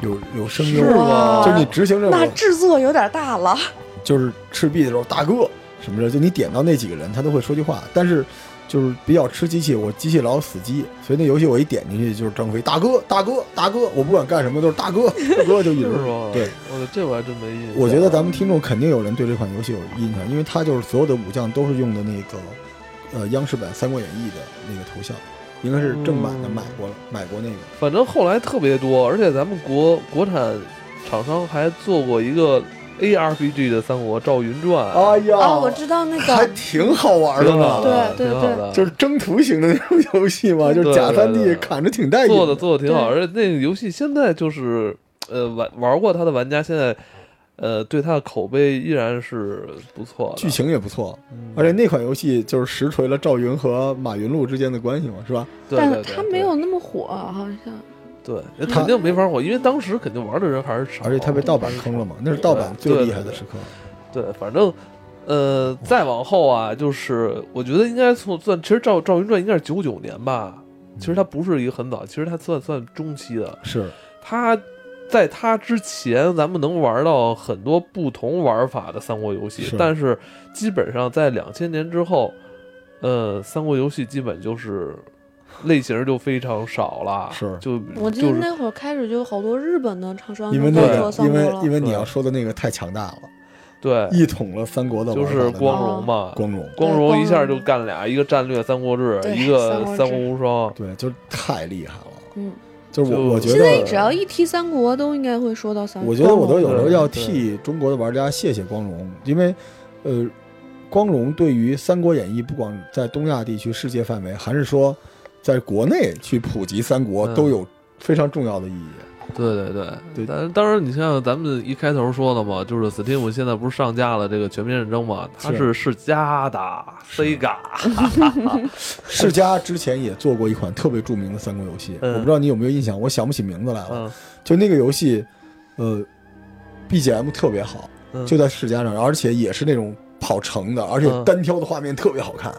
Speaker 4: 有有声优啊
Speaker 1: 是，吗？
Speaker 4: 就是你执行任
Speaker 3: 那
Speaker 4: 务，
Speaker 3: 制作有点大了，
Speaker 4: 就是赤壁的时候大哥什么的，就你点到那几个人，他都会说句话。但是就是比较吃机器，我机器老死机，所以那游戏我一点进去就是张飞大哥大哥大哥，我不管干什么都是大哥大哥就一
Speaker 1: 是
Speaker 4: 直
Speaker 1: 吗？
Speaker 4: 对。
Speaker 1: 我的这我还真没印象。
Speaker 4: 我觉得咱们听众肯定有人对这款游戏有印象，因为它就是所有的武将都是用的那个，呃，央视版《三国演义》的那个头像，应该是正版的，
Speaker 1: 嗯
Speaker 4: 买过了，买过那个。
Speaker 1: 反正后来特别多，而且咱们国国产厂商还做过一个 ARPG 的《三国赵云传》，
Speaker 4: 哎呀，
Speaker 3: 啊，我知道那
Speaker 4: 还
Speaker 3: 个，
Speaker 4: 挺好玩的
Speaker 1: 哦挺好
Speaker 4: 呢，
Speaker 1: 的，
Speaker 3: 对对
Speaker 1: 挺好的，
Speaker 4: 就是征途型的那种游戏嘛，
Speaker 1: 对
Speaker 4: 就是假三
Speaker 1: 对
Speaker 4: D
Speaker 1: 对对
Speaker 4: 砍着挺带劲
Speaker 1: 做的做的挺好，
Speaker 3: 对
Speaker 1: 而且那个游戏现在就是呃玩玩过它的玩家现在呃对它的口碑依然是不错的，
Speaker 4: 剧情也不错，
Speaker 1: 嗯
Speaker 4: 而且那款游戏就是实锤了赵云和马云禄之间的关系嘛，是吧？
Speaker 1: 对
Speaker 3: 但
Speaker 1: 对
Speaker 3: 是
Speaker 1: 对，
Speaker 3: 它没有那么火，好像。
Speaker 1: 对，对肯定没法火，因为当时肯定玩的人还是少，
Speaker 4: 而且他被盗版坑了嘛，那是盗版最厉害
Speaker 1: 对对
Speaker 4: 的
Speaker 1: 对
Speaker 4: 时刻。
Speaker 1: 对，反正。呃，再往后啊，就是我觉得应该从算，其实赵《赵云传》应该是九九年吧，其实它不是一个很早，其实它算算中期的，
Speaker 4: 是，
Speaker 1: 它在它之前，咱们能玩到很多不同玩法的三国游戏，
Speaker 4: 是
Speaker 1: 但是基本上在两千年之后，呃，三国游戏基本就是类型就非常少了，
Speaker 4: 是
Speaker 1: 就
Speaker 3: 我记
Speaker 1: 就
Speaker 3: 得
Speaker 1: 是
Speaker 3: 那会儿开始就好多日本的厂商
Speaker 4: 因
Speaker 3: 都
Speaker 4: 为那
Speaker 3: 在
Speaker 4: 个
Speaker 3: 做，三
Speaker 4: 因
Speaker 3: 国
Speaker 4: 为因
Speaker 3: 了，
Speaker 4: 为你
Speaker 1: 对
Speaker 4: 要说的那个太强大了，
Speaker 1: 对，
Speaker 4: 一统了三国的
Speaker 1: 就
Speaker 4: 玩法
Speaker 1: 是
Speaker 4: 的
Speaker 1: 光
Speaker 3: 那
Speaker 1: 荣
Speaker 3: 个
Speaker 1: 嘛，
Speaker 4: 光荣，
Speaker 1: 光荣
Speaker 3: 光
Speaker 1: 一下就
Speaker 3: 荣
Speaker 1: 干俩，一个战略《三国志》，
Speaker 3: 对
Speaker 1: 一个《三
Speaker 3: 三
Speaker 1: 国
Speaker 3: 国志
Speaker 1: 无双》，
Speaker 4: 对，就是太厉害了。
Speaker 3: 嗯，
Speaker 4: 就是
Speaker 1: 就
Speaker 4: 我我觉
Speaker 1: 现
Speaker 3: 现在只
Speaker 4: 得，
Speaker 3: 要一提三国，都应该会说到三哦
Speaker 4: 呃
Speaker 3: 国。
Speaker 4: 我觉得我都有时候要
Speaker 1: 对
Speaker 4: 替中国的玩家谢谢光荣，因为，呃，光荣对于《三国演义》不光在东亚地区、世界范围，还是说在国内去普及三国，
Speaker 1: 嗯
Speaker 4: 都有非常重要的意义。
Speaker 1: 对对对
Speaker 4: 对
Speaker 1: 但当然，你像咱们一开头说的嘛，就是 Steam 现在不是上架了这个《全面战争》嘛，它是
Speaker 4: 是
Speaker 1: 世嘉的 Sega，
Speaker 4: 世嘉之前也做过一款特别著名的三国游戏，
Speaker 1: 嗯
Speaker 4: 我不知道你有没有印象，我想不起名字来了。
Speaker 1: 嗯
Speaker 4: 就那个游戏，呃，BGM 特别好，
Speaker 1: 嗯，
Speaker 4: 就在世嘉上，而且也是那种跑城的，而且
Speaker 1: 嗯
Speaker 4: 单挑的画面特别好看。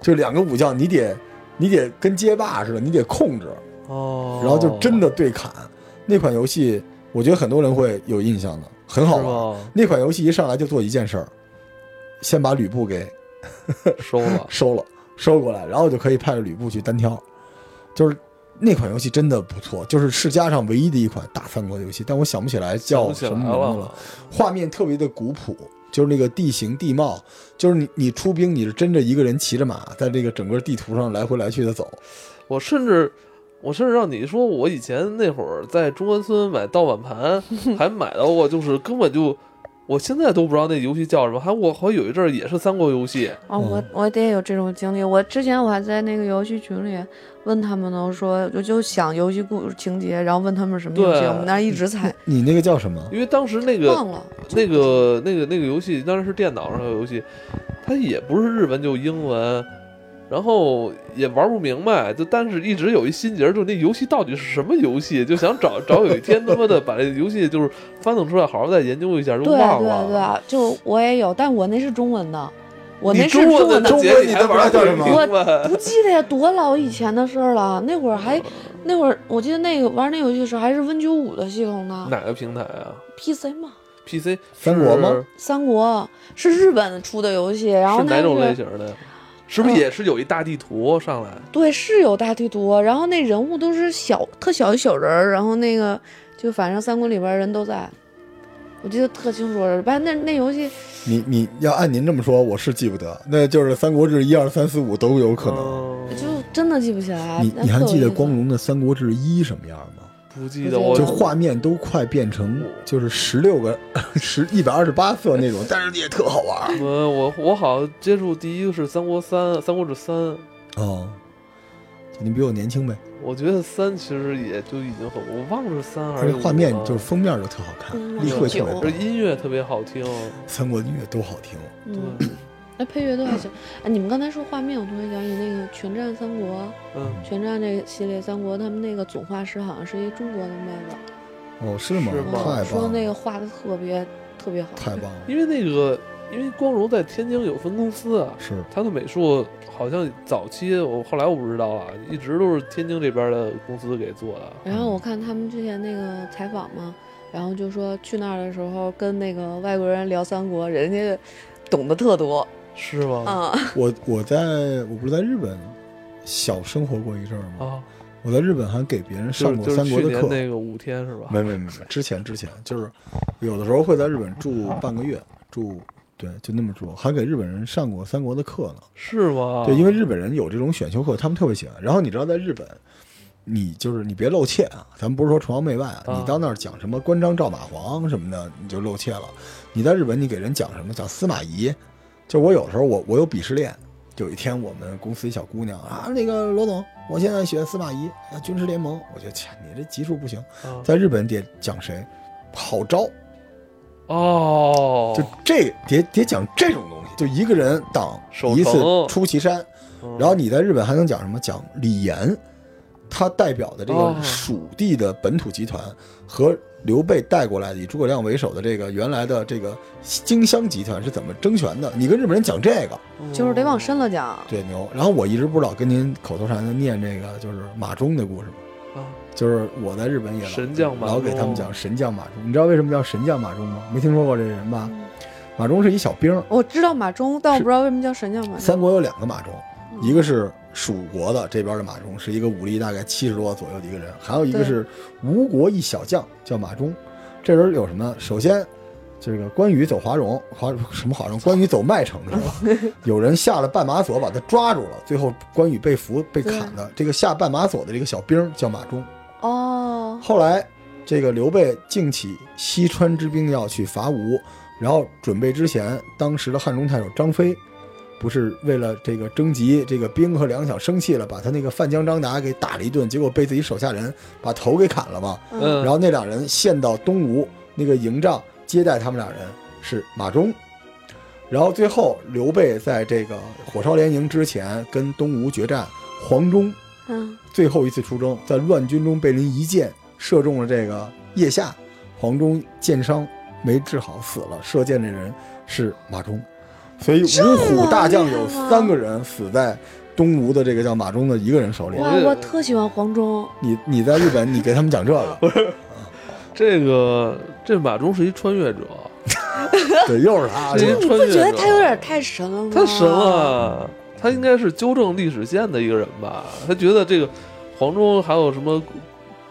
Speaker 4: 就两个武将，你得你得跟街霸似的，你得控制，
Speaker 1: 哦，
Speaker 4: 然后就真的对砍。那款游戏，我觉得很多人会有印象的，很好
Speaker 1: 是
Speaker 4: 玩。
Speaker 1: 吗？
Speaker 4: 那款游戏一上来就做一件事儿，先把吕布给，
Speaker 1: 收了
Speaker 4: 收了，收过来，然后就可以派着吕布去单挑。就是那款游戏真的不错，就是世嘉上唯一的一款大三国游戏，但我想不起来
Speaker 1: 想
Speaker 4: 叫
Speaker 1: 不起
Speaker 4: 什
Speaker 1: 来
Speaker 4: 么名字了。
Speaker 1: 了，
Speaker 4: 画面特别的古朴，就是那个地形地貌，就是你你出兵你是真着一个人骑着马，在这个整个地图上来回来去的走。
Speaker 1: 我甚至。我甚至让你说，我以前那会儿在中关村买盗版 盘，还买到过，就是根本就，我现在都不知道那游戏叫什么。还我好像有一阵儿也是三国游戏，
Speaker 3: 哦，我
Speaker 4: 嗯
Speaker 3: 我得有这种经历。我之前我还在那个游戏群里问他们呢，我说我就想游戏故情节，然后问他们什么游戏，
Speaker 1: 对
Speaker 3: 我们那儿一直猜，
Speaker 4: 你那个叫什么？
Speaker 1: 因为当时那个
Speaker 3: 忘了。
Speaker 1: 那个那个那个游戏当然是电脑上的游戏，它也不是日文就英文，然后也玩不明白，就但是一直有一心结儿，就那游戏到底是什么游戏，就想找找有一天他妈的把这游戏就是翻腾出来，好好再研究一下，就
Speaker 3: 对
Speaker 1: 忘
Speaker 3: 对
Speaker 1: 了。
Speaker 3: 对，就我也有，但我那是中文的，我
Speaker 1: 你
Speaker 3: 那是
Speaker 1: 中
Speaker 3: 文
Speaker 1: 的
Speaker 3: 的，
Speaker 1: 结
Speaker 4: 中文
Speaker 1: 你
Speaker 4: 你
Speaker 1: 还
Speaker 4: 都不知
Speaker 1: 玩
Speaker 4: 道叫什么
Speaker 1: 明白
Speaker 3: 不记得呀，多老以前的事儿了。那会儿还那会儿，我记得那个玩那游戏的时候还是 Win 九五的系统呢
Speaker 1: 哪个平台啊
Speaker 3: ，PC 嘛。
Speaker 1: ？PC
Speaker 4: 三国吗
Speaker 1: 是？
Speaker 3: 三国是日本出的游戏，然后
Speaker 1: 是
Speaker 3: 它
Speaker 1: 哪
Speaker 3: 是
Speaker 1: 种类型的呀？是不是也是有一大地图上来？
Speaker 3: 对，是有大地图，然后那人物都是小特小一小人儿，然后那个就反正三国里边儿人都在，我记得特清楚。反正那那游戏
Speaker 4: 你你要按您这么说，我是记不得，那就是《三国志》一二三四五都有可能。
Speaker 1: 嗯
Speaker 3: 就真的记不起来。
Speaker 4: 你
Speaker 3: 但
Speaker 4: 你还
Speaker 3: 特有
Speaker 4: 记得
Speaker 3: 意思
Speaker 4: 光？荣的《三国志一》什么样吗？
Speaker 1: 不记得
Speaker 3: 不
Speaker 1: 我
Speaker 3: 记
Speaker 4: 就
Speaker 3: 得
Speaker 4: 画面都快变成就是十六个 十一百二十八色那种，但是也特好玩儿
Speaker 1: 我我我好像接触第一个是《三国三》《三国志三》，
Speaker 4: 哦，你比我年轻呗，
Speaker 1: 我觉得三其实也就已经很，我忘了是三还
Speaker 4: 而
Speaker 1: 是
Speaker 4: 且画面
Speaker 1: 五了
Speaker 4: 就是封面就特好看，
Speaker 3: 嗯
Speaker 4: 立绘特别
Speaker 3: 九
Speaker 1: 这
Speaker 4: 棒，
Speaker 1: 音乐特别好听，
Speaker 4: 三国音乐多好听，
Speaker 3: 嗯，
Speaker 1: 对，
Speaker 3: 那配乐都还行。哎，你们刚才说画面，我突然想起那个《全战三国》，
Speaker 1: 嗯，
Speaker 3: 《全战》这个系列三国，他们那个总画师好像是一中国的妹子，嗯
Speaker 4: 哦，是吗？
Speaker 1: 是吗
Speaker 4: 太棒
Speaker 3: 说
Speaker 4: 了，
Speaker 3: 那个画的特别特别好，
Speaker 4: 太棒了，
Speaker 1: 因为那个因为光荣在天津有分公司啊，
Speaker 4: 是
Speaker 1: 他的美术好像早期我后来我不知道了，一直都是天津这边的公司给做的。
Speaker 3: 然后我看他们之前那个采访嘛，然后就说去那儿的时候跟那个外国人聊三国，人家懂得特多
Speaker 1: 是
Speaker 4: 哦
Speaker 1: 吗？
Speaker 3: 啊。
Speaker 4: 我我在我不是在日本小生活过一阵儿吗？
Speaker 1: 啊，
Speaker 4: 我在日本还给别人
Speaker 1: 就
Speaker 4: 上
Speaker 1: 是
Speaker 4: 过
Speaker 1: 就是
Speaker 4: 三国
Speaker 1: 去
Speaker 4: 的
Speaker 1: 年
Speaker 4: 课，
Speaker 1: 那个五天是吧？
Speaker 4: 没没没没，之前之前就是有的时候会在日本住半个月，住对就那么住，还给日本人上过三国的课呢。
Speaker 1: 是吗？
Speaker 4: 对，因为日本人有这种选修课，他们特别喜欢。然后你知道，在日本，你就是你别露怯啊，咱们不是说崇洋媚外啊，
Speaker 1: 啊
Speaker 4: 你到那儿讲什么关张赵马黄什么的，你就露怯了。你在日本，你给人讲什么讲司马懿，就我有时候我我有鄙视链。有一天，我们公司一小姑娘啊，那个罗总，我现在选司马懿啊，军事联盟。我觉得，切，你这级数不行，
Speaker 1: 啊
Speaker 4: 在日本得讲谁，郝昭，
Speaker 1: 哦，
Speaker 4: 就这得得讲这种东西，就一个人挡
Speaker 1: 守
Speaker 4: 一次
Speaker 1: 城
Speaker 4: 出祁山，
Speaker 1: 嗯
Speaker 4: 然后你在日本还能讲什么？讲李岩，他代表的这
Speaker 1: 哦
Speaker 4: 个蜀地的本土集团和刘备带过来以诸葛亮为首的这个原来的这个荆襄集团是怎么争权的？你跟日本人讲这个，
Speaker 3: 就是得往深了讲，
Speaker 4: 哦对牛。然后我一直不知道跟您口头禅的念这个就是马忠的故事吗？
Speaker 1: 啊
Speaker 4: 就是我在日本也老
Speaker 1: 神将马忠
Speaker 4: 老给他们讲神将马忠，你知道为什么叫神将马忠吗？没听说过这人吧？马忠是一小兵儿，
Speaker 3: 我知道马忠，但我
Speaker 4: 啊是
Speaker 3: 不知道为什么叫神将马忠。嗯
Speaker 4: 三国有两个马忠，一个是蜀国的这边的马忠，是一个武力大概七十多左右的一个人，还有一个
Speaker 3: 对
Speaker 4: 是吴国一小将叫马忠。这人有什么呢？首先，这个关羽走华容，华什么华容？关羽走麦城的时 候，有人下了绊马索把他抓住了，最后关羽被俘被砍的。这个下绊马索的这个小兵叫马忠。
Speaker 3: 哦，
Speaker 4: 后来，这个刘备进起西川之兵要去伐吴，然后准备之前，当时的汉中太守张飞，不是为了这个征集这个兵和粮饷生气了，把他那个范江张达给打了一顿，结果被自己手下人把头给砍了嘛。
Speaker 1: 嗯，
Speaker 4: 然后那俩人献到东吴那个营帐接待他们俩人是马忠。然后最后，刘备在这个火烧连营之前跟东吴决战，黄忠
Speaker 3: 嗯，
Speaker 4: 最后一次出征，在乱军中被人一箭射中了这个腋下，黄忠箭伤没治好死了，射箭这人是马忠，所以五虎大将有三个人死在东吴的这个叫马忠的一个人手里。
Speaker 1: 我
Speaker 3: 哇，
Speaker 1: 这
Speaker 3: 我特喜欢黄忠，
Speaker 4: 你你在日本，你给他们讲这个，
Speaker 1: 这个这马忠是一穿越者，
Speaker 4: 对，又是他，
Speaker 1: 这
Speaker 4: 这
Speaker 1: 一
Speaker 3: 你不
Speaker 1: 穿越
Speaker 3: 觉得
Speaker 1: 者
Speaker 3: 他有点太神了吗？
Speaker 1: 太神！了，他应该是纠正历史线的一个人吧？他觉得这个黄忠还有什么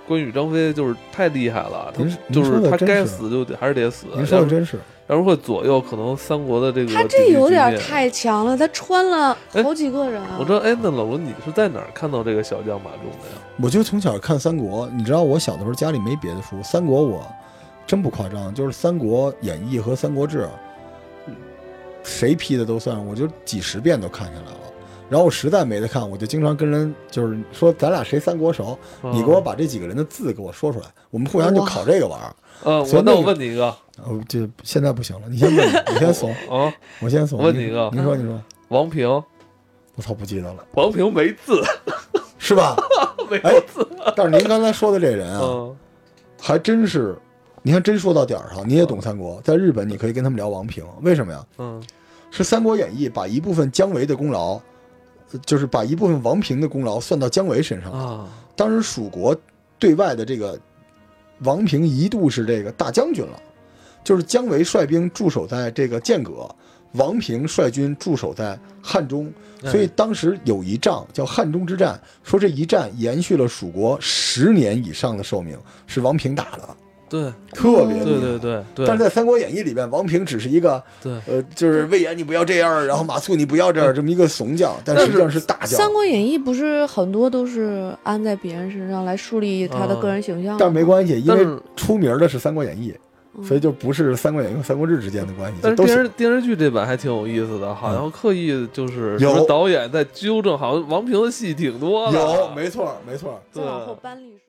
Speaker 1: 关羽、张飞就是太厉害了，他
Speaker 4: 您
Speaker 1: 就
Speaker 4: 您说
Speaker 1: 是
Speaker 4: 的
Speaker 1: 他
Speaker 4: 真
Speaker 1: 该
Speaker 4: 是
Speaker 1: 死就得还是得死，
Speaker 4: 您说
Speaker 1: 要
Speaker 4: 的
Speaker 1: 不
Speaker 4: 真是，
Speaker 1: 要不会左右可能三国的这个
Speaker 3: 他
Speaker 1: 地
Speaker 3: 这
Speaker 1: 理
Speaker 3: 有
Speaker 1: 局
Speaker 3: 点
Speaker 1: 面。
Speaker 3: 太强了，他穿了
Speaker 1: 哎
Speaker 3: 好几个人啊。
Speaker 1: 我知道，哎，那老罗，你是在哪儿看到这个小将马忠的呀？
Speaker 4: 我就从小看三国，你知道我小的时候家里没别的书，三国我真不夸张，就是《三国演义》和《三国志》，啊谁批的都算，我就几十遍都看下来了。然后我实在没得看，我就经常跟人就是说，咱俩谁三国熟，
Speaker 1: 嗯
Speaker 4: 你给我把这几个人的字给我说出来，我们互相就考这个玩儿。
Speaker 1: 呃，
Speaker 4: 所
Speaker 1: 我
Speaker 4: 以
Speaker 1: 那
Speaker 4: 那
Speaker 1: 我
Speaker 4: 个
Speaker 1: 问你一个
Speaker 4: 哦，这现在不行了，你先 问，你先怂，
Speaker 1: 啊，
Speaker 4: 我先怂。
Speaker 1: 问
Speaker 4: 您
Speaker 1: 你一个
Speaker 4: 您说你说，
Speaker 1: 王平，
Speaker 4: 我操，不记得了，
Speaker 1: 王平没字，
Speaker 4: 是吧？
Speaker 1: 没
Speaker 4: 哎，但是您刚才说的这人啊，
Speaker 1: 嗯
Speaker 4: 还真是，你还真说到点儿上。你也懂三国，在日本你可以跟他们聊王平，为什么呀？
Speaker 1: 嗯
Speaker 4: 是《三国演义》把一部分姜维的功劳，呃就是把一部分王平的功劳算到姜维身上。
Speaker 1: 啊，
Speaker 4: 当时蜀国对外的这个王平一度是这个大将军了，就是姜维率兵驻守在这个剑阁，王平率军驻守在汉中，
Speaker 1: 嗯
Speaker 4: 所以当时有一仗叫汉中之战，说这一战延续了蜀国十年以上的寿命，是王平打的。
Speaker 1: 对
Speaker 4: 特别厉害
Speaker 1: 嗯对对对对，
Speaker 4: 但是在《三国演义》里面，王平只是一个
Speaker 1: 对
Speaker 4: 呃，就是魏延你不要这样，然后马谡你不要这样，这么一个怂将，但
Speaker 1: 但
Speaker 4: 实际上是大
Speaker 3: 《
Speaker 4: 将。
Speaker 3: 三国演义》不是很多都是安在别人身上来树立他的
Speaker 1: 嗯
Speaker 3: 个人形象吗，
Speaker 4: 但是没关系，因
Speaker 1: 但
Speaker 4: 为
Speaker 1: 是
Speaker 4: 出名的是《三国演义》，
Speaker 3: 嗯
Speaker 4: 所以就不是《三国演义》和《三国志》之间的关系，
Speaker 1: 但
Speaker 4: 这
Speaker 1: 是电
Speaker 4: 嗯都是
Speaker 1: 视电视剧这版还挺有意思的，好像刻意就是
Speaker 4: 有
Speaker 1: 就是导演在纠正，好像王平的戏挺多的，
Speaker 4: 有，没错儿没错儿。
Speaker 1: 对
Speaker 3: 再往后搬了一说。